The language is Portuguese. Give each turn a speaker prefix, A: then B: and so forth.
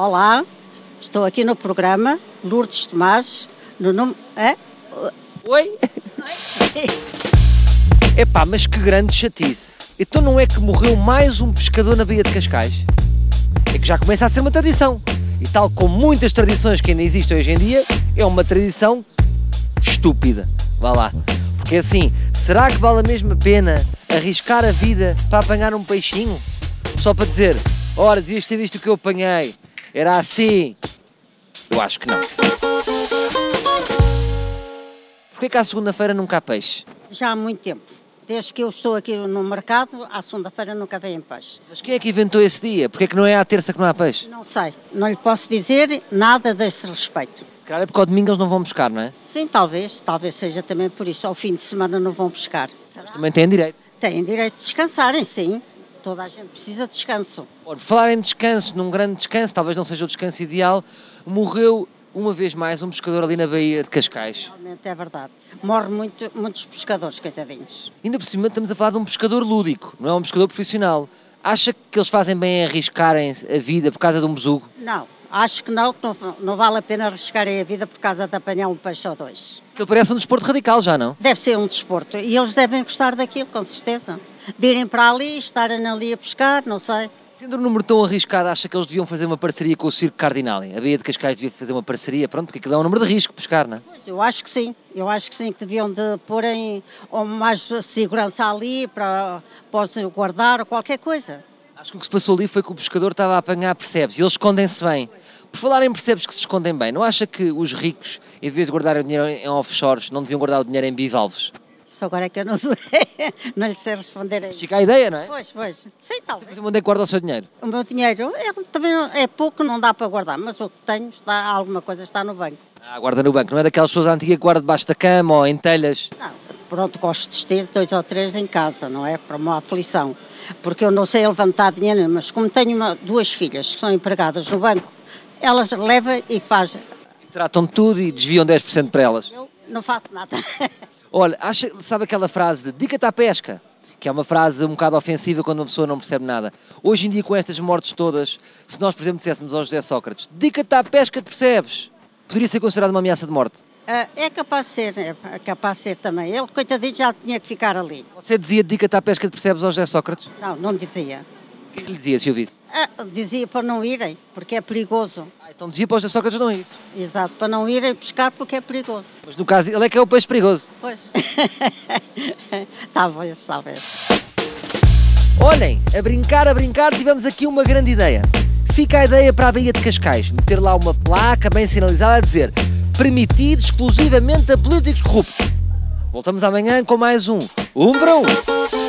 A: Olá, estou aqui no programa Lourdes Tomás, no nome. É?
B: Oi? Epá, mas que grande chatice. Então não é que morreu mais um pescador na Baía de Cascais? É que já começa a ser uma tradição. E tal como muitas tradições que ainda existem hoje em dia, é uma tradição estúpida. Vá lá. Porque assim, será que vale a mesma pena arriscar a vida para apanhar um peixinho? Só para dizer, ora, devias ter visto o que eu apanhei. Era assim. Eu acho que não. Porquê que à segunda-feira nunca há peixe?
A: Já há muito tempo. Desde que eu estou aqui no mercado, à segunda-feira nunca vem em peixe.
B: Mas quem é que inventou esse dia? Porquê que não é à terça que não há peixe?
A: Não sei, não lhe posso dizer nada desse respeito.
B: Se calhar é porque ao domingo eles não vão buscar, não é?
A: Sim, talvez, talvez seja também por isso. Ao fim de semana não vão pescar.
B: Mas também têm direito.
A: Têm direito de descansarem, sim. Toda a gente precisa de descanso.
B: Ora, por falar em descanso, num grande descanso, talvez não seja o descanso ideal, morreu uma vez mais um pescador ali na Baía de Cascais.
A: Realmente é verdade. Morrem muito, muitos pescadores, coitadinhos.
B: Ainda por cima estamos a falar de um pescador lúdico, não é um pescador profissional. Acha que eles fazem bem em arriscarem a vida por causa de um besugo?
A: Não, acho que não, que não, não vale a pena arriscarem a vida por causa de apanhar um peixe ou dois.
B: Aquilo parece um desporto radical já, não?
A: Deve ser um desporto e eles devem gostar daquilo, com certeza. De irem para ali, estarem ali a pescar, não sei.
B: Sendo o número tão arriscado, acha que eles deviam fazer uma parceria com o Circo Cardinale? A Baía de Cascais devia fazer uma parceria, pronto, porque aquilo é um número de risco pescar, não é?
A: Pois, Eu acho que sim, eu acho que sim, que deviam de pôr em, ou mais segurança ali para, para os guardar ou qualquer coisa.
B: Acho que o que se passou ali foi que o pescador estava a apanhar percebes e eles escondem-se bem. Por falar em percebes que se escondem bem, não acha que os ricos, em vez de guardarem o dinheiro em offshores, não deviam guardar o dinheiro em bivalves?
A: Isso agora é que eu não sei, não lhe sei responder a isso.
B: Fica a ideia, não é?
A: Pois, pois, sim, talvez.
B: Mas onde é que guarda o seu dinheiro?
A: O meu dinheiro é, também não- é pouco, não dá para guardar, mas o que tenho, está, alguma coisa está no banco.
B: Ah, guarda no banco, não é daquelas pessoas antigas que guarda debaixo da cama ou em telhas.
A: Não, pronto, gosto de ter dois ou três em casa, não é? Para uma aflição. Porque eu não sei levantar dinheiro, mas como tenho uma- duas filhas que são empregadas no banco, elas levam e fazem.
B: E tratam de tudo e desviam 10% para elas.
A: Eu não faço nada.
B: Olha, acha, sabe aquela frase de dica-te à pesca? Que é uma frase um bocado ofensiva quando uma pessoa não percebe nada. Hoje em dia, com estas mortes todas, se nós, por exemplo, disséssemos ao José Sócrates, dica-te à pesca, te percebes? Poderia ser considerado uma ameaça de morte.
A: Ah, É capaz de ser, é capaz de ser também. Ele, coitadinho, já tinha que ficar ali.
B: Você dizia dica-te à pesca, te percebes ao José Sócrates?
A: Não, não dizia.
B: O que é que lhe dizia, se ouvisse?
A: Ah, dizia para não irem, porque é perigoso.
B: Ah, então dizia para o José Sócrates não ir.
A: Exato, para não irem pescar porque é perigoso.
B: Mas no caso, ele é que é o peixe perigoso.
A: Pois. Tá talvez, talvez.
B: Olhem, a brincar, a brincar, tivemos aqui uma grande ideia. Fica a ideia para a Baía de Cascais, meter lá uma placa bem sinalizada a dizer permitido exclusivamente a políticos corruptos. Voltamos amanhã com mais um. Um para um.